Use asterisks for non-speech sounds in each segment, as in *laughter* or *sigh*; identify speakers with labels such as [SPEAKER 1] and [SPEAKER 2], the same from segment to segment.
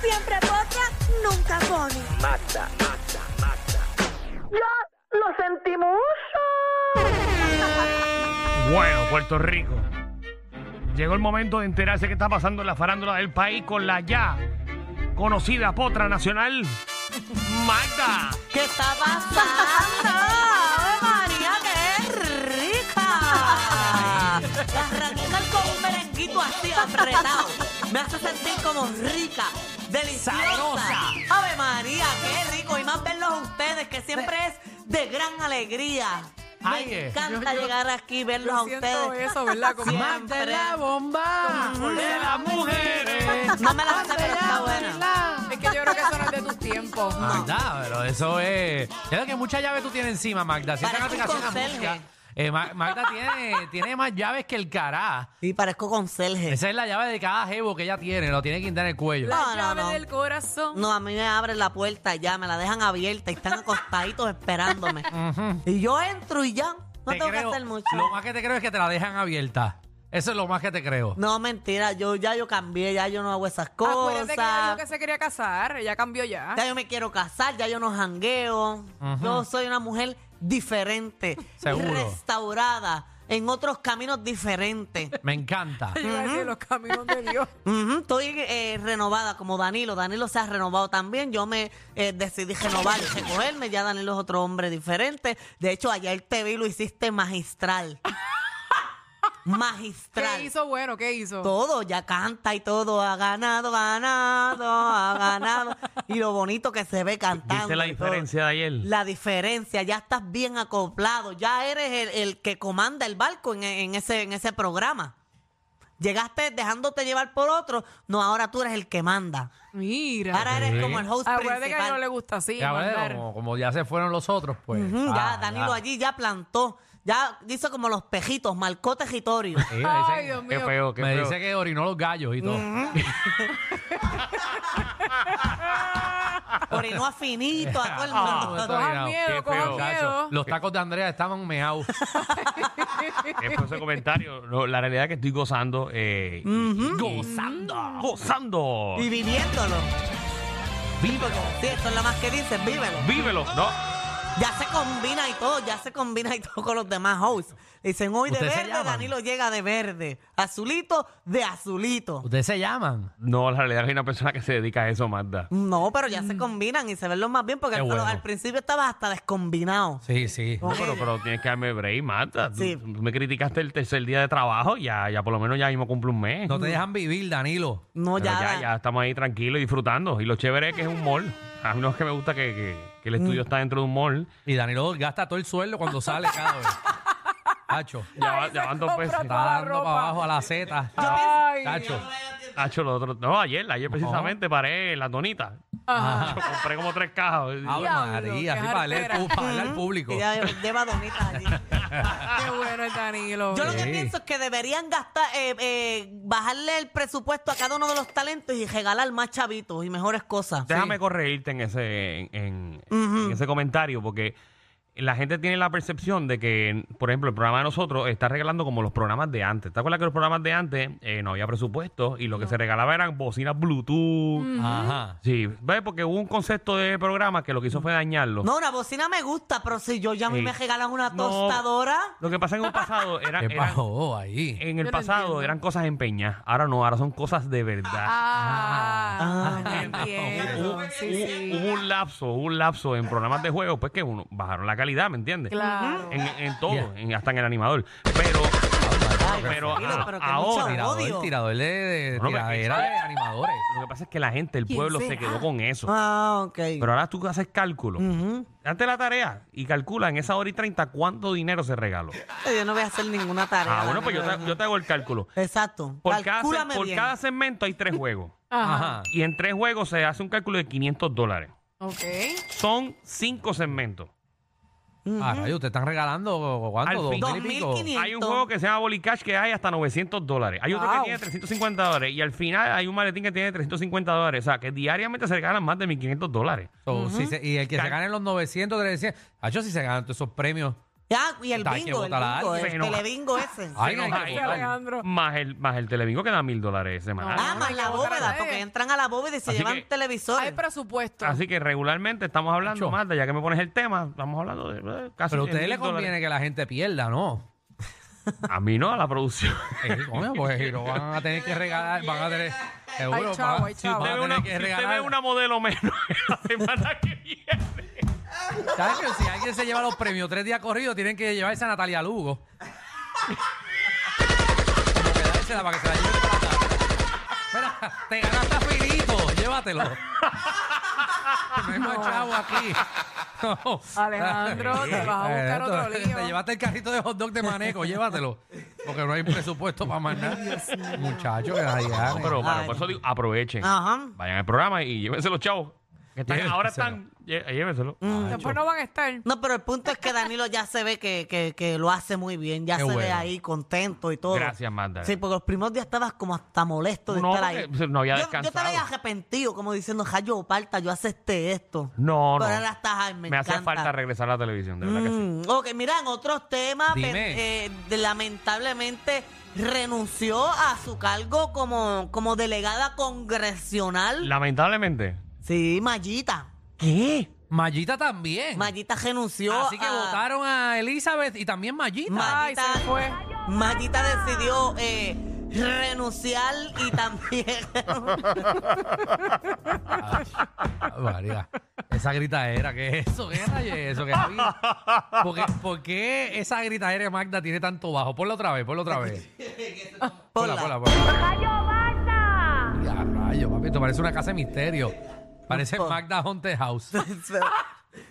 [SPEAKER 1] Siempre potra, nunca pone.
[SPEAKER 2] Mata, mata, mata.
[SPEAKER 1] ¡Ya lo sentimos!
[SPEAKER 3] Bueno, Puerto Rico. Llegó el momento de enterarse qué está pasando en la farándula del país con la ya conocida potra nacional, Magda.
[SPEAKER 4] ¿Qué está pasando? ¡Ave María, qué rica! La radical con un merenguito así apretado. Me hace sentir como rica, deliciosa.
[SPEAKER 5] Sabrosa.
[SPEAKER 4] ¡Ave María, qué rico! Y más verlos a ustedes, que siempre es de gran alegría. Me
[SPEAKER 3] Ay, eh.
[SPEAKER 4] encanta llegar aquí y verlos a
[SPEAKER 5] Yo siento
[SPEAKER 4] ustedes.
[SPEAKER 5] eso, ¿verdad? Como
[SPEAKER 4] Siempre.
[SPEAKER 5] de la bomba de las mujeres.
[SPEAKER 4] No me la sé, pero está buena.
[SPEAKER 5] Es que yo creo que eso no es de
[SPEAKER 4] *laughs*
[SPEAKER 5] tus tiempos.
[SPEAKER 6] Magda, pero eso es. Es lo que mucha llave tú tienes encima, Magda. Si esa
[SPEAKER 4] Parece un
[SPEAKER 6] aplicación
[SPEAKER 4] conserje.
[SPEAKER 6] es música, eh, Ma- Magda tiene, tiene más llaves que el cará.
[SPEAKER 4] Y parezco conserje.
[SPEAKER 6] Esa es la llave de cada jevo que ella tiene, lo tiene que quitar en el cuello.
[SPEAKER 5] La
[SPEAKER 4] No, no,
[SPEAKER 5] llave
[SPEAKER 4] no.
[SPEAKER 5] del corazón.
[SPEAKER 4] No, a mí me abren la puerta ya, me la dejan abierta y están acostaditos esperándome. y yo entro y ya, no
[SPEAKER 6] Te
[SPEAKER 4] tengo que
[SPEAKER 6] creo-
[SPEAKER 4] hacer mucho.
[SPEAKER 6] Lo más que te creo es que te la dejan abierta. Eso es lo más que te creo.
[SPEAKER 4] No, mentira, yo ya yo cambié, ya yo no hago
[SPEAKER 6] Ah,
[SPEAKER 4] esas cosas.
[SPEAKER 5] Acuérdate que ella dijo que se quería casar. Ella cambió ya.
[SPEAKER 4] Ya yo me quiero casar, ya yo no jangueo. Yo soy una mujer diferente,
[SPEAKER 6] *laughs* Seguro.
[SPEAKER 4] restaurada, en otros caminos diferentes.
[SPEAKER 6] Me encanta.
[SPEAKER 5] Yo iba a decir los caminos de
[SPEAKER 4] *laughs*
[SPEAKER 5] Dios.
[SPEAKER 4] Ujú, Estoy eh, renovada como Danilo. Danilo se ha renovado también. Yo me eh, decidí renovar y recogerme. Ya Danilo es otro hombre diferente. De hecho, ayer te vi lo hiciste magistral. magistral.
[SPEAKER 5] ¿Qué hizo bueno? ¿Qué hizo?
[SPEAKER 4] Todo, ya canta y todo. Ha ganado, ganado, ha ganado. Y lo bonito que se ve cantando.
[SPEAKER 3] ¿Viste la
[SPEAKER 4] y todo.
[SPEAKER 3] diferencia de ayer?
[SPEAKER 4] La diferencia, ya estás bien acoplado, ya eres el, el que comanda el barco en, en ese, en ese programa. Llegaste dejándote llevar por otro, no, ahora tú eres el que manda.
[SPEAKER 5] Mira.
[SPEAKER 4] Ahora eres como el host
[SPEAKER 5] Acuérdate que a ella no
[SPEAKER 4] principal.
[SPEAKER 5] le gusta así.
[SPEAKER 6] Ya, bueno,
[SPEAKER 5] mandar. *laughs*
[SPEAKER 6] como, como ya se fueron los otros, pues.
[SPEAKER 4] Ujú,
[SPEAKER 6] ah,
[SPEAKER 4] ya, Danilo allí ya plantó, ya hizo como los pejitos, marcó territorio.
[SPEAKER 6] Sí, me dice-
[SPEAKER 5] Ay, Dios
[SPEAKER 3] Qué
[SPEAKER 5] mío.
[SPEAKER 3] feo, qué
[SPEAKER 6] me
[SPEAKER 3] feo.
[SPEAKER 6] dice que orinó los gallos y todo.
[SPEAKER 4] Orinó a finito a todo el
[SPEAKER 6] Ah,
[SPEAKER 4] mundo.
[SPEAKER 6] esto
[SPEAKER 5] Cojan
[SPEAKER 6] orinado.
[SPEAKER 5] miedo,
[SPEAKER 6] Qué
[SPEAKER 5] cojan
[SPEAKER 6] feo, gacho.
[SPEAKER 5] miedo.
[SPEAKER 6] Los tacos de Andrea estaban
[SPEAKER 5] *laughs*
[SPEAKER 6] meados.
[SPEAKER 3] Eh, por ese comentario, no, la realidad es que estoy gozando. eh, y-
[SPEAKER 5] Mm.
[SPEAKER 3] Gozando. Gozando.
[SPEAKER 4] Y viviéndolo.
[SPEAKER 3] Vívelo.
[SPEAKER 4] Sí, eso es lo más que dicen, vívelo.
[SPEAKER 3] Vívelo. No.
[SPEAKER 4] Ya se combina y todo, ya se combina y todo con los demás hosts. Dicen hoy de
[SPEAKER 6] ¿Ustedes se
[SPEAKER 4] verde,
[SPEAKER 6] llaman?
[SPEAKER 4] Danilo llega de verde. Azulito de azulito.
[SPEAKER 6] Ustedes se llaman.
[SPEAKER 3] No, la realidad es que hay una persona que se dedica a eso, Magda.
[SPEAKER 4] No, pero ya se combinan y se ven los más bien porque
[SPEAKER 6] Qué
[SPEAKER 4] al,
[SPEAKER 6] bueno.
[SPEAKER 4] al principio estabas hasta descombinado.
[SPEAKER 6] Sí, sí.
[SPEAKER 3] No, pero, pero tienes que darme break, Magda. Tú-
[SPEAKER 4] Sí.
[SPEAKER 3] tú me criticaste el tercer día de trabajo, ya, ya por lo menos ya mismo cumple un mes.
[SPEAKER 6] No te dejan vivir, Danilo.
[SPEAKER 4] No,
[SPEAKER 3] Pero
[SPEAKER 4] ya.
[SPEAKER 3] ya, ya estamos ahí tranquilos y disfrutando. Y lo chévere es que es un mall. A mí no es que me gusta que, que- que el estudio está dentro de un mall.
[SPEAKER 6] Y Danilo gasta todo el sueldo cuando sale cada
[SPEAKER 5] *laughs*
[SPEAKER 6] vez. Hacho,
[SPEAKER 3] Ya, va- ya van dos veces.
[SPEAKER 6] está dando para abajo a la Z.
[SPEAKER 5] Ay,
[SPEAKER 6] Hacho.
[SPEAKER 3] Hacho, lo otro. No, ayer, ayer precisamente paré en las donitas. Yo compré como tres cajas.
[SPEAKER 6] Ave
[SPEAKER 5] Diablo,
[SPEAKER 6] María,
[SPEAKER 5] qué
[SPEAKER 6] sí, para leer,
[SPEAKER 5] jartera.
[SPEAKER 6] para leer al público.
[SPEAKER 4] Y ya lleva donitas allí.
[SPEAKER 5] qué bueno el Danilo.
[SPEAKER 4] Yo lo que
[SPEAKER 6] Sí.
[SPEAKER 4] pienso es que deberían gastar, eh, eh, bajarle el presupuesto a cada uno de los talentos y regalar más chavitos y mejores cosas.
[SPEAKER 3] Déjame corregirte en ese, en, en- en ese comentario, porque la gente tiene la percepción de que, por ejemplo, el programa de nosotros está regalando como los programas de antes. ¿Te acuerdas que los programas de antes eh, no había presupuesto y lo que se regalaba eran bocinas Bluetooth?
[SPEAKER 5] Mm.
[SPEAKER 6] Ajá.
[SPEAKER 3] Sí, ¿ves? Porque hubo un concepto de programa que lo que hizo fue dañarlo.
[SPEAKER 4] No, una bocina me gusta, pero si yo ya a mí
[SPEAKER 3] Sí.
[SPEAKER 4] me regalan una
[SPEAKER 3] No.
[SPEAKER 4] tostadora.
[SPEAKER 3] Lo que pasa en un
[SPEAKER 5] *laughs*
[SPEAKER 3] pasado era,
[SPEAKER 6] ¿Qué
[SPEAKER 3] eran-
[SPEAKER 6] pasó ahí?
[SPEAKER 3] en el
[SPEAKER 5] Yo no
[SPEAKER 3] pasado
[SPEAKER 5] entiendo.
[SPEAKER 3] eran cosas empeñadas. Ahora no, ahora son cosas de verdad.
[SPEAKER 5] Ah, *laughs*
[SPEAKER 4] Ah.
[SPEAKER 5] entiendo.
[SPEAKER 3] Hubo-
[SPEAKER 5] Sí,
[SPEAKER 3] hubo-
[SPEAKER 5] sí.
[SPEAKER 3] hubo un lapso, hubo un lapso en programas de juego, pues que uno bajaron la calidad, ¿me entiendes?
[SPEAKER 5] Claro.
[SPEAKER 3] en, en todo,
[SPEAKER 6] Yeah.
[SPEAKER 3] en- hasta en el animador. Pero, pero,
[SPEAKER 4] tranquilo,
[SPEAKER 3] a-
[SPEAKER 4] pero que
[SPEAKER 3] ahora
[SPEAKER 4] mucho- odio.
[SPEAKER 6] Tirador, tirador de, de-
[SPEAKER 3] No, no,
[SPEAKER 6] tiradera
[SPEAKER 3] pero-
[SPEAKER 6] de animadores.
[SPEAKER 3] lo que pasa es que la gente, el
[SPEAKER 5] ¿Quién
[SPEAKER 3] pueblo se
[SPEAKER 5] será?
[SPEAKER 3] quedó con eso.
[SPEAKER 4] Ah, ok.
[SPEAKER 3] Pero ahora tú haces cálculo. Date la tarea y calcula en esa hora y 30 cuánto dinero se regaló.
[SPEAKER 4] Yo no voy a hacer ninguna tarea.
[SPEAKER 3] Ah, bueno, pues yo te, yo te hago el cálculo.
[SPEAKER 4] Exacto.
[SPEAKER 3] Por, cada,
[SPEAKER 4] Calcúlame
[SPEAKER 3] se- por
[SPEAKER 4] bien.
[SPEAKER 3] cada segmento hay tres juegos.
[SPEAKER 6] Ajá.
[SPEAKER 3] Y en tres juegos se hace un cálculo de 500 dólares.
[SPEAKER 5] Ok.
[SPEAKER 3] Son cinco segmentos.
[SPEAKER 4] Mm.
[SPEAKER 6] Ah, rayos, te están regalando cuánto,
[SPEAKER 3] Al
[SPEAKER 6] dos
[SPEAKER 3] fin.
[SPEAKER 6] mil y pico.
[SPEAKER 4] 2.500.
[SPEAKER 3] Hay un juego que se llama Bolicash que hay hasta 900 dólares. Hay otro que
[SPEAKER 4] Wow.
[SPEAKER 3] tiene 350 dólares. Y al final hay un maletín que tiene 350 dólares. O sea, que diariamente se regalan más de 1.500 dólares.
[SPEAKER 6] So, si se- y el que se gane los 900, 300. Hacho, si se ganan todos esos premios.
[SPEAKER 4] Ah, y el
[SPEAKER 6] Está, hay que
[SPEAKER 4] bingo, el
[SPEAKER 6] botar a
[SPEAKER 4] bingo,
[SPEAKER 6] alguien.
[SPEAKER 4] el
[SPEAKER 3] Bueno,
[SPEAKER 4] telebingo ese.
[SPEAKER 6] Ay,
[SPEAKER 3] Se
[SPEAKER 6] hay
[SPEAKER 3] nos
[SPEAKER 6] que
[SPEAKER 3] ha ido.
[SPEAKER 6] votar.
[SPEAKER 3] Más el, más el televingo que da mil dólares semanal.
[SPEAKER 4] Ah,
[SPEAKER 5] no,
[SPEAKER 4] más
[SPEAKER 5] hay que
[SPEAKER 4] la
[SPEAKER 5] botar a
[SPEAKER 4] bóveda,
[SPEAKER 5] nadie.
[SPEAKER 4] porque entran a la bóveda y se
[SPEAKER 3] Así que-
[SPEAKER 4] llevan
[SPEAKER 5] Hay
[SPEAKER 4] televisores.
[SPEAKER 5] presupuesto.
[SPEAKER 3] Así que regularmente estamos hablando,
[SPEAKER 6] Mucho.
[SPEAKER 3] Marta, ya que me pones el tema, estamos hablando de eh, casi
[SPEAKER 6] Pero a
[SPEAKER 3] 100
[SPEAKER 6] ustedes les
[SPEAKER 3] mil
[SPEAKER 6] conviene
[SPEAKER 3] dólares.
[SPEAKER 6] que la gente pierda, ¿no?
[SPEAKER 3] A mí no, a la producción.
[SPEAKER 6] Eh, coño, pues lo van a tener que regalar, van a tener, seguro,
[SPEAKER 5] Ay, chavo,
[SPEAKER 6] van-
[SPEAKER 5] ay,
[SPEAKER 6] si
[SPEAKER 5] chavo.
[SPEAKER 6] usted
[SPEAKER 3] Usted
[SPEAKER 6] ve
[SPEAKER 3] ve una,
[SPEAKER 6] tener
[SPEAKER 3] si
[SPEAKER 6] que
[SPEAKER 3] usted ve
[SPEAKER 6] regalar.
[SPEAKER 3] una modelo menos la semana que viene.
[SPEAKER 6] ¿Sabes que si alguien se lleva los premios tres días corridos, tienen que llevarse a Natalia Lugo? Como que dársela para que se la lleve para acá. Mira, te ganaste a Finito, llévatelo.
[SPEAKER 5] *laughs*
[SPEAKER 6] No hay más chavo aquí. *laughs* No.
[SPEAKER 5] Alejandro, te vas a buscar otro
[SPEAKER 6] Te-
[SPEAKER 5] lío.
[SPEAKER 6] Te llevaste el carrito de hot dog de Maneco, llévatelo. Porque no hay presupuesto para más nada. Muchacho, que ahí
[SPEAKER 3] No, pero bueno,
[SPEAKER 4] Ay.
[SPEAKER 3] por eso digo, aprovechen.
[SPEAKER 4] Ajá.
[SPEAKER 3] Vayan al programa y llévense los chavos. que están- ahora están, lle- llévenselo.
[SPEAKER 4] Mm.
[SPEAKER 5] Después no van a estar.
[SPEAKER 4] No, pero el punto es que Danilo ya se ve que, que, que lo hace muy bien, ya
[SPEAKER 6] Qué
[SPEAKER 4] se ve
[SPEAKER 6] bueno.
[SPEAKER 4] ahí contento y todo.
[SPEAKER 3] Gracias, Magda.
[SPEAKER 4] Sí, porque los primeros días estabas como hasta molesto de
[SPEAKER 3] No,
[SPEAKER 4] estar
[SPEAKER 3] porque,
[SPEAKER 4] ahí.
[SPEAKER 3] pues, no había
[SPEAKER 4] yo, yo te
[SPEAKER 3] descansado.
[SPEAKER 4] veía arrepentido, como diciendo, Jayo, parta, yo acepté esto.
[SPEAKER 3] No, no.
[SPEAKER 4] Pero ahora estás, ay, me,
[SPEAKER 3] me hacía
[SPEAKER 4] encanta.
[SPEAKER 3] falta regresar a la televisión, de verdad que sí.
[SPEAKER 4] Mm, ok, mira, en otros temas,
[SPEAKER 6] Dime.
[SPEAKER 4] pen- eh, de- lamentablemente renunció a su cargo como, como delegada congresional.
[SPEAKER 3] Lamentablemente.
[SPEAKER 4] Sí, Mayita.
[SPEAKER 3] ¿Qué?
[SPEAKER 6] Mallita también.
[SPEAKER 4] Mayita renunció.
[SPEAKER 6] Así que
[SPEAKER 4] a-
[SPEAKER 6] votaron a Elizabeth y también Mallita.
[SPEAKER 4] Ma-
[SPEAKER 5] Ay, se fue.
[SPEAKER 4] Mayita decidió eh, renunciar y también. *laughs*
[SPEAKER 6] Ah, María. Esa gritadera, ¿qué es eso? ¿Qué rayo es eso? ¿Qué es? ¿Por, qué, por qué esa gritadera de Magda tiene tanto bajo? Ponla otra vez, ponla otra vez. *laughs*
[SPEAKER 4] Ponla.
[SPEAKER 6] ponla, ponla. Ya, rayo, papi, esto parece una casa de misterio. Parece
[SPEAKER 4] Ojo.
[SPEAKER 6] Magda Haunted House.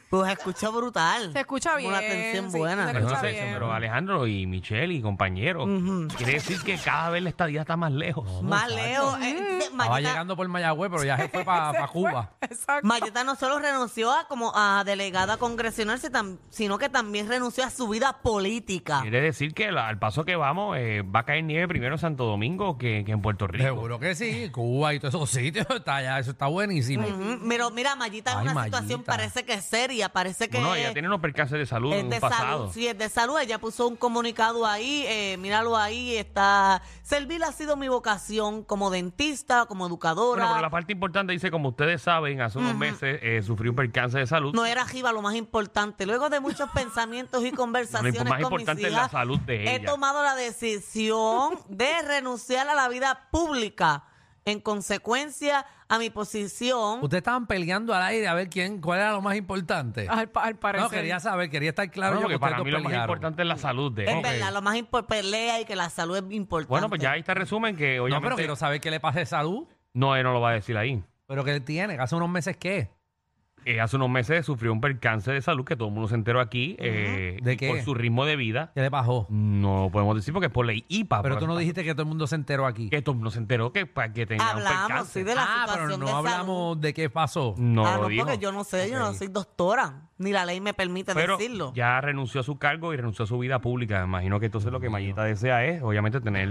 [SPEAKER 4] pues escucha brutal.
[SPEAKER 5] Se escucha bien.
[SPEAKER 4] Una atención
[SPEAKER 5] sí,
[SPEAKER 4] buena.
[SPEAKER 5] se
[SPEAKER 3] Pero no
[SPEAKER 5] escucha
[SPEAKER 3] sé,
[SPEAKER 5] bien.
[SPEAKER 3] pero Alejandro y Michelle y compañeros, quiere decir que cada vez la estadía está más lejos.
[SPEAKER 4] Más lejos. eh, eh,
[SPEAKER 6] Estaba
[SPEAKER 4] Mayita,
[SPEAKER 6] llegando por Mayagüez, pero ya se *laughs* fue para Ah, Cuba.
[SPEAKER 5] *laughs* Exacto.
[SPEAKER 4] Mayita no solo renunció a como a delegada congresional, si tam- sino que también renunció a su vida política.
[SPEAKER 3] Quiere decir que la- al paso que vamos, eh, va a caer nieve primero en Santo Domingo que, que en Puerto Rico.
[SPEAKER 6] Seguro que sí, Cuba y todos esos sitios. *laughs* Está ya, eso está buenísimo.
[SPEAKER 4] Ujú, Pero mira, Mayita
[SPEAKER 6] Ay,
[SPEAKER 4] en una
[SPEAKER 6] Mayita.
[SPEAKER 4] situación parece que es seria, parece que
[SPEAKER 3] Bueno,
[SPEAKER 4] es-
[SPEAKER 3] ella tiene unos percances de salud en
[SPEAKER 4] es
[SPEAKER 3] un
[SPEAKER 4] de
[SPEAKER 3] pasado.
[SPEAKER 4] salud. Sí, es de salud. Ella puso un comunicado ahí, eh, míralo ahí, está... Servir ha sido mi vocación como dentista, como educadora.
[SPEAKER 3] Bueno, pero la parte importante dice, como ustedes saben, hace unos meses eh, sufrí un percance de salud.
[SPEAKER 4] No era Jiva lo más importante. Luego de muchos pensamientos
[SPEAKER 3] *laughs*
[SPEAKER 4] y conversaciones
[SPEAKER 3] más
[SPEAKER 4] con mis
[SPEAKER 3] importante es
[SPEAKER 4] hijas,
[SPEAKER 3] la salud de
[SPEAKER 4] he
[SPEAKER 3] ella.
[SPEAKER 4] tomado la decisión de renunciar a la vida pública. En consecuencia a mi posición,
[SPEAKER 6] Ustedes estaban peleando al aire a ver quién, cuál era lo más importante.
[SPEAKER 5] Al, pa- al parecer.
[SPEAKER 6] No, quería saber, quería estar claro
[SPEAKER 3] No,
[SPEAKER 6] yo que ustedes
[SPEAKER 3] porque para
[SPEAKER 6] dos
[SPEAKER 3] mí lo más
[SPEAKER 6] pelearon.
[SPEAKER 3] importante es la salud de
[SPEAKER 4] es
[SPEAKER 3] ella.
[SPEAKER 4] verdad, lo más importante pelea y que la salud es importante.
[SPEAKER 3] Bueno, pues ya ahí está el resumen que
[SPEAKER 6] No,
[SPEAKER 3] obviamente...
[SPEAKER 6] pero quiero saber qué le pasa de salud.
[SPEAKER 3] No, él no lo va a decir ahí.
[SPEAKER 6] Pero que él tiene, que hace unos meses qué.
[SPEAKER 3] Eh, hace unos meses sufrió un percance de salud que todo el mundo se enteró aquí eh,
[SPEAKER 6] ¿De
[SPEAKER 3] y
[SPEAKER 6] qué?
[SPEAKER 3] por su ritmo de vida.
[SPEAKER 6] ¿Qué le pasó?
[SPEAKER 3] No lo podemos decir porque es por ley IPA.
[SPEAKER 6] Pero
[SPEAKER 3] por-
[SPEAKER 6] tú no dijiste que todo el mundo se enteró aquí.
[SPEAKER 3] que todo el mundo se enteró que, pa- que tenía un
[SPEAKER 4] Hablamos,
[SPEAKER 3] percance.
[SPEAKER 4] sí, de la
[SPEAKER 6] ah, pero
[SPEAKER 4] situación
[SPEAKER 6] no
[SPEAKER 4] de
[SPEAKER 6] hablamos
[SPEAKER 4] salud.
[SPEAKER 6] de qué pasó.
[SPEAKER 3] No
[SPEAKER 4] ah,
[SPEAKER 3] lo
[SPEAKER 4] no,
[SPEAKER 3] dijo.
[SPEAKER 4] porque yo no sé, yo no
[SPEAKER 6] Ok.
[SPEAKER 4] soy doctora, ni la ley me permite
[SPEAKER 3] Pero
[SPEAKER 4] decirlo.
[SPEAKER 3] ya renunció a su cargo y renunció a su vida pública. Me Imagino que entonces lo que Mayita desea es, obviamente, tener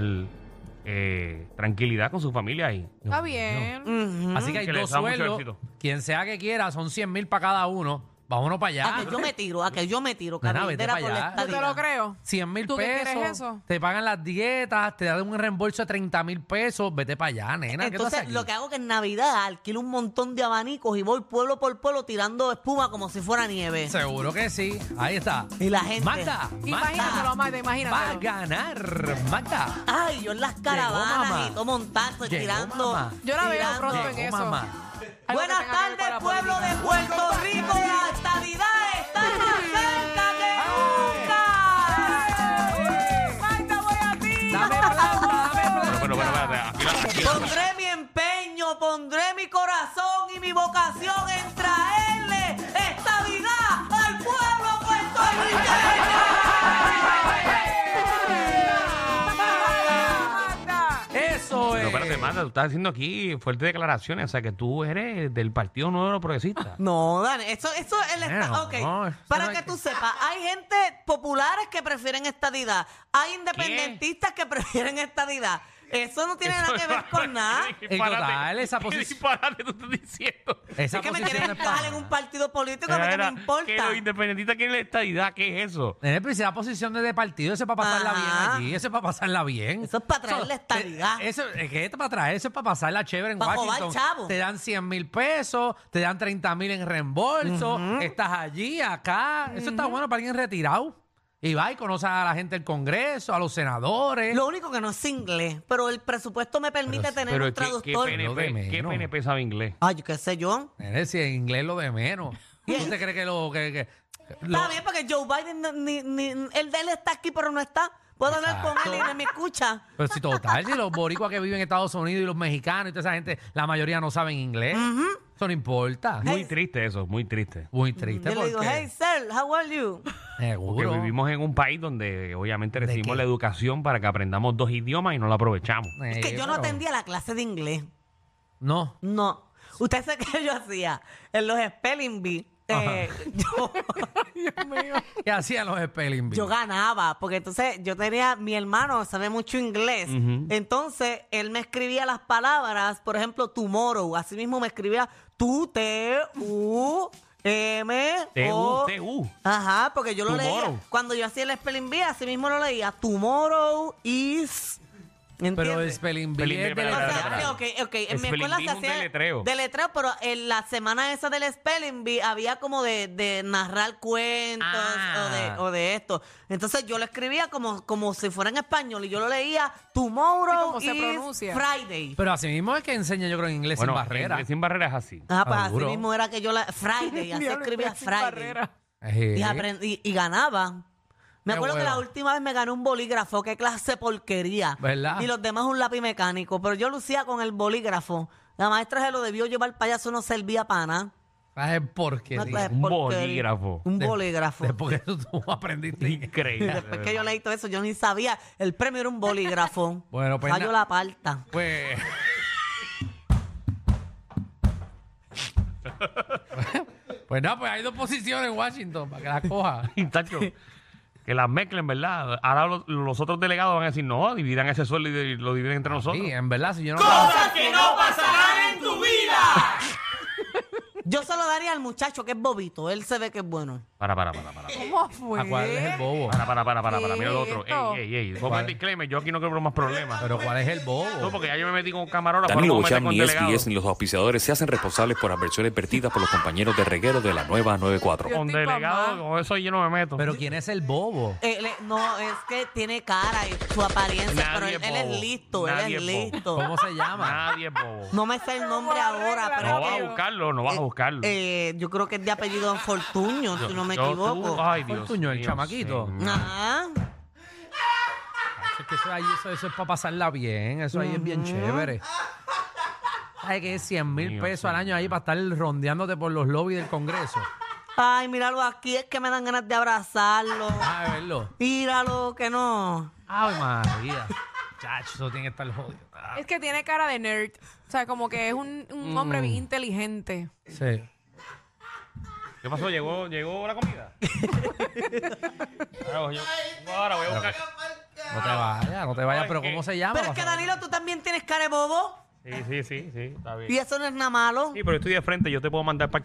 [SPEAKER 3] eh, tranquilidad con su familia ahí.
[SPEAKER 5] Está bien.
[SPEAKER 4] Ujú.
[SPEAKER 6] Así que hay
[SPEAKER 3] Que le
[SPEAKER 6] dos
[SPEAKER 3] da mucho
[SPEAKER 6] sueldos.
[SPEAKER 3] éxito.
[SPEAKER 6] Quien sea que quiera, son 100 mil para cada uno. Vámonos para allá.
[SPEAKER 4] A que yo me tiro, a que yo me tiro,
[SPEAKER 6] Nena, vete
[SPEAKER 4] cabildera
[SPEAKER 6] pa'
[SPEAKER 4] por la
[SPEAKER 6] allá.
[SPEAKER 5] Yo te lo
[SPEAKER 4] estadidad.
[SPEAKER 5] creo.
[SPEAKER 6] 100 mil
[SPEAKER 5] ¿Tú qué
[SPEAKER 6] pesos.
[SPEAKER 5] quieres eso?
[SPEAKER 6] Te pagan las dietas, te dan un reembolso de 30 mil pesos. Vete para allá, nena. ¿qué tú haces
[SPEAKER 4] Entonces,
[SPEAKER 6] aquí?
[SPEAKER 4] lo que hago que en Navidad alquilo un montón de abanicos y voy pueblo por pueblo tirando espuma como si fuera nieve.
[SPEAKER 6] Seguro que sí. Ahí está.
[SPEAKER 4] Y la gente.
[SPEAKER 6] Magda,
[SPEAKER 5] Imagínatelo,
[SPEAKER 6] Magda.
[SPEAKER 5] Magda,
[SPEAKER 6] Va a
[SPEAKER 5] imagínatelo.
[SPEAKER 6] ganar, Magda.
[SPEAKER 4] Ay, yo en las caravanas
[SPEAKER 6] mamá.
[SPEAKER 4] y todo montando y
[SPEAKER 6] Llegó
[SPEAKER 4] tirando.
[SPEAKER 6] mamá.
[SPEAKER 5] Yo la veo
[SPEAKER 4] tirando.
[SPEAKER 5] pronto en
[SPEAKER 6] Llegó,
[SPEAKER 5] eso.
[SPEAKER 6] mamá.
[SPEAKER 5] Algo que
[SPEAKER 4] Buenas
[SPEAKER 5] tenga que ver con
[SPEAKER 4] tardes,
[SPEAKER 5] la
[SPEAKER 4] pueblo
[SPEAKER 5] política.
[SPEAKER 4] de Puerto Rico. La estadidad está más cerca que nunca.
[SPEAKER 5] Magda, voy a ti.
[SPEAKER 6] Dame *laughs* plata, dame plata.
[SPEAKER 3] Pero, pero, espérate, aquí la- aquí la-
[SPEAKER 4] Pondré mi empeño, pondré mi corazón y mi vocación en traerle estabilidad al pueblo puertorriqueño.
[SPEAKER 5] Magda.
[SPEAKER 6] Eso es.
[SPEAKER 3] Pero espérate, Magda, tú estás haciendo aquí fuertes declaraciones. O sea, que tú eres del Partido Nuevo Progresista.
[SPEAKER 4] No, Dan, eso, eso es el esta-
[SPEAKER 6] Bueno,
[SPEAKER 4] ok.
[SPEAKER 6] no, eso no
[SPEAKER 4] Para
[SPEAKER 6] hay
[SPEAKER 4] que
[SPEAKER 6] que-
[SPEAKER 4] tú sepas, hay gente populares que prefieren estadidad, hay independentistas que prefieren estadidad. Eso no tiene nada que ver
[SPEAKER 3] *laughs*
[SPEAKER 4] con nada.
[SPEAKER 3] Qué
[SPEAKER 6] En
[SPEAKER 3] disparate,
[SPEAKER 6] total, esa
[SPEAKER 3] qué
[SPEAKER 6] posición-
[SPEAKER 3] disparate tú estás diciendo.
[SPEAKER 6] Esa
[SPEAKER 4] Es que me
[SPEAKER 6] posición
[SPEAKER 4] quieren
[SPEAKER 6] no es para
[SPEAKER 4] encajar en un
[SPEAKER 6] nada.
[SPEAKER 4] partido político, a mí que me
[SPEAKER 3] Era
[SPEAKER 4] importa.
[SPEAKER 3] Que los independentistas quieren la estadidad. ¿Qué es eso?
[SPEAKER 6] Nene, pero si la posición es de partido, eso es para pasarla
[SPEAKER 4] Ajá.
[SPEAKER 6] bien allí, eso es para pasarla bien.
[SPEAKER 4] Eso es para traer la estabilidad.
[SPEAKER 6] eh, Eso, es que esto es para traer, eso es para pasarla chévere en
[SPEAKER 4] Para joder,
[SPEAKER 6] Washington.
[SPEAKER 4] chavo.
[SPEAKER 6] Te dan 100 mil pesos, te dan 30 mil en reembolso, estás allí, acá. Eso está bueno para alguien retirado. Y va y conoce a la gente del Congreso, a los senadores.
[SPEAKER 4] Lo único que no es inglés, pero el presupuesto me permite tener
[SPEAKER 3] Pero
[SPEAKER 4] un
[SPEAKER 3] es que- ¿qué,
[SPEAKER 4] traductor.
[SPEAKER 6] Lo de
[SPEAKER 3] PNP, ¿qué
[SPEAKER 6] menos.
[SPEAKER 3] PNP sabe inglés?
[SPEAKER 4] Ay, qué sé yo.
[SPEAKER 6] Nene, si en inglés lo de
[SPEAKER 4] *laughs*
[SPEAKER 6] menos. ¿Tú te crees que lo... que- que- lo-
[SPEAKER 4] Está bien, porque Joe Biden, no- ni, ni, él, él está aquí, pero no está. Puedo hablar con él y no me escucha.
[SPEAKER 6] Pero si total, si los boricuas que viven en Estados Unidos y los mexicanos y toda esa gente, la mayoría no saben inglés. Eso no importa.
[SPEAKER 3] Muy triste eso, muy triste.
[SPEAKER 6] Muy triste
[SPEAKER 4] Mm, Yo le digo,
[SPEAKER 6] porque-
[SPEAKER 4] hey, sir, how are you?
[SPEAKER 3] Porque
[SPEAKER 6] Seguro.
[SPEAKER 3] vivimos en un país donde obviamente
[SPEAKER 6] qué?
[SPEAKER 3] recibimos la educación para que aprendamos dos idiomas y no la aprovechamos.
[SPEAKER 6] Eh,
[SPEAKER 4] Es que yo
[SPEAKER 6] pero-
[SPEAKER 4] no atendía la clase de inglés.
[SPEAKER 6] No.
[SPEAKER 4] No. Usted sabe *laughs* que yo hacía en los spelling bee. eh, yo,
[SPEAKER 6] *laughs* ¿Qué hacían los spelling bees?
[SPEAKER 4] yo ganaba, porque entonces yo tenía, mi hermano sabe mucho inglés, entonces él me escribía las palabras, por ejemplo, tomorrow, así mismo me escribía tu, t, u, m,
[SPEAKER 3] TU,
[SPEAKER 4] o,
[SPEAKER 3] TU.
[SPEAKER 4] Ajá, porque yo lo
[SPEAKER 3] Tomorrow.
[SPEAKER 4] leía. Cuando yo hacía el spelling bee, así mismo lo leía. Tomorrow is. ¿Entiendes?
[SPEAKER 6] Pero el spelling bee
[SPEAKER 3] Spelling
[SPEAKER 6] es
[SPEAKER 3] bee,
[SPEAKER 6] de
[SPEAKER 4] O
[SPEAKER 3] espera,
[SPEAKER 6] letra.
[SPEAKER 3] espera,
[SPEAKER 4] sea,
[SPEAKER 3] espera.
[SPEAKER 4] ok, ok. En mi
[SPEAKER 3] Spelling
[SPEAKER 4] escuela
[SPEAKER 3] bee
[SPEAKER 4] se
[SPEAKER 3] es un
[SPEAKER 4] hacía
[SPEAKER 3] deletreo.
[SPEAKER 4] deletreo, pero en la semana esa del spelling bee había como de, de narrar cuentos
[SPEAKER 6] Ah.
[SPEAKER 4] o, de, o de esto. Entonces yo lo escribía como, como si fuera en español y yo lo leía tomorrow
[SPEAKER 7] Sí, como se
[SPEAKER 4] is
[SPEAKER 7] pronuncia.
[SPEAKER 4] Friday.
[SPEAKER 6] Pero así mismo es que enseña, yo creo, en inglés
[SPEAKER 3] Bueno,
[SPEAKER 6] sin barrera.
[SPEAKER 3] inglés sin barreras así.
[SPEAKER 4] Ah, pues así
[SPEAKER 6] Seguro.
[SPEAKER 4] mismo era que yo
[SPEAKER 7] *laughs*
[SPEAKER 4] la... Friday, así
[SPEAKER 7] Diablo,
[SPEAKER 4] escribía
[SPEAKER 7] sin
[SPEAKER 4] Friday.
[SPEAKER 7] barrera.
[SPEAKER 6] Ajé.
[SPEAKER 4] Y, aprend- y- y ganaba. Me
[SPEAKER 6] Qué
[SPEAKER 4] acuerdo que
[SPEAKER 6] bueno.
[SPEAKER 4] la última vez me gané un bolígrafo, qué clase de porquería.
[SPEAKER 6] ¿Verdad?
[SPEAKER 4] Y los demás un lápiz mecánico, pero yo lucía con el bolígrafo. La maestra se lo debió llevar para allá, eso no servía para nada.
[SPEAKER 6] ¿Sabes por qué?
[SPEAKER 4] Una
[SPEAKER 6] tío?
[SPEAKER 4] clase de
[SPEAKER 3] Un
[SPEAKER 4] porquería.
[SPEAKER 3] bolígrafo.
[SPEAKER 4] Un pues, bolígrafo.
[SPEAKER 6] Después que tú, tú aprendiste inglés.
[SPEAKER 3] Increíble.
[SPEAKER 4] Después que yo leí todo eso, yo ni sabía. El premio era un bolígrafo.
[SPEAKER 6] *laughs* Bueno, pues
[SPEAKER 4] Falló
[SPEAKER 6] na-
[SPEAKER 4] la parta.
[SPEAKER 6] Pues. *laughs* pues no, pues hay dos posiciones en Washington para que las coja.
[SPEAKER 3] *laughs* Y, tacho, que las mezclen, ¿verdad? Ahora lo- los, otros delegados van a decir, no, dividan ese sueldo y de- lo dividen entre nosotros.
[SPEAKER 6] Sí, en verdad, si yo no.
[SPEAKER 5] que no pasarán en tu vida.
[SPEAKER 4] *laughs* Yo se lo daría al muchacho que es bobito. Él se ve que es bueno.
[SPEAKER 3] Para, para, para, para.
[SPEAKER 7] ¿Cómo
[SPEAKER 6] ¿A cuál es el
[SPEAKER 7] fue?
[SPEAKER 6] bobo?
[SPEAKER 3] Para, para, para, para, para.
[SPEAKER 7] ¿Qué
[SPEAKER 3] Mira el
[SPEAKER 7] es
[SPEAKER 3] otro.
[SPEAKER 7] esto?
[SPEAKER 3] Ey, ey, ey. Ponme el disclaimer, yo aquí no quiero más problemas.
[SPEAKER 6] Pero ¿cuál es el
[SPEAKER 3] No,
[SPEAKER 6] bobo?
[SPEAKER 3] porque ya yo me metí con un camarógrafo.
[SPEAKER 8] Danilo
[SPEAKER 3] ahora me voy a meter
[SPEAKER 8] Bocham,
[SPEAKER 3] con
[SPEAKER 8] ni
[SPEAKER 3] delegado.
[SPEAKER 8] SBS ni los auspiciadores se hacen responsables por adversiones vertidas por los compañeros de reguero de la nueva 94.
[SPEAKER 3] Con
[SPEAKER 7] Estoy pa'
[SPEAKER 3] delegado,
[SPEAKER 7] más.
[SPEAKER 3] con eso yo no me meto.
[SPEAKER 6] Pero ¿quién es el bobo?
[SPEAKER 4] Eh, le- no, es que tiene cara y su apariencia,
[SPEAKER 3] Nadie
[SPEAKER 4] pero él,
[SPEAKER 3] es
[SPEAKER 4] él es
[SPEAKER 3] bobo.
[SPEAKER 4] listo,
[SPEAKER 3] Nadie
[SPEAKER 4] él es
[SPEAKER 3] es bobo.
[SPEAKER 4] listo.
[SPEAKER 6] ¿Cómo se llama?
[SPEAKER 3] Nadie es bobo.
[SPEAKER 4] No me sé el nombre ahora, pero
[SPEAKER 3] No
[SPEAKER 4] es
[SPEAKER 3] vas a
[SPEAKER 4] que-
[SPEAKER 3] buscarlo, no vas a buscarlo.
[SPEAKER 4] eh, yo creo que es de apellido Fortuño, si no me
[SPEAKER 3] Yo- tú- ah.
[SPEAKER 4] equivoco.
[SPEAKER 3] ay, Dios
[SPEAKER 6] Fortuño, el
[SPEAKER 3] mío,
[SPEAKER 6] chamaquito.
[SPEAKER 3] señor.
[SPEAKER 4] Ajá.
[SPEAKER 6] Es que eso, ahí- eso, eso es para pasarla bien, eso ahí es bien chévere. Hay que 100 mil
[SPEAKER 3] Mío,
[SPEAKER 6] pesos al año ahí para estar rondeándote por los lobbies del Congreso.
[SPEAKER 4] Ay, míralo aquí, es que me dan ganas de abrazarlo.
[SPEAKER 6] Ah, de verlo.
[SPEAKER 4] Míralo, que no.
[SPEAKER 6] Ay, María. Chacho, eso tiene que estar jodido. Ah,
[SPEAKER 7] Es que tiene cara de nerd. O sea, como que es un, un
[SPEAKER 6] Mm.
[SPEAKER 7] hombre bien inteligente.
[SPEAKER 6] Sí.
[SPEAKER 3] ¿Qué pasó? ¿Llegó, llegó la comida? ahora, yo- ahora voy a buscar.
[SPEAKER 6] No te vayas, no te vayas, pero ¿cómo se llama?
[SPEAKER 4] Pero es que Danilo, tú también tienes cara de bobo.
[SPEAKER 3] Sí, sí, sí, sí, está bien.
[SPEAKER 4] Y eso no es nada malo.
[SPEAKER 3] Sí, pero estoy de frente, yo te puedo mandar para...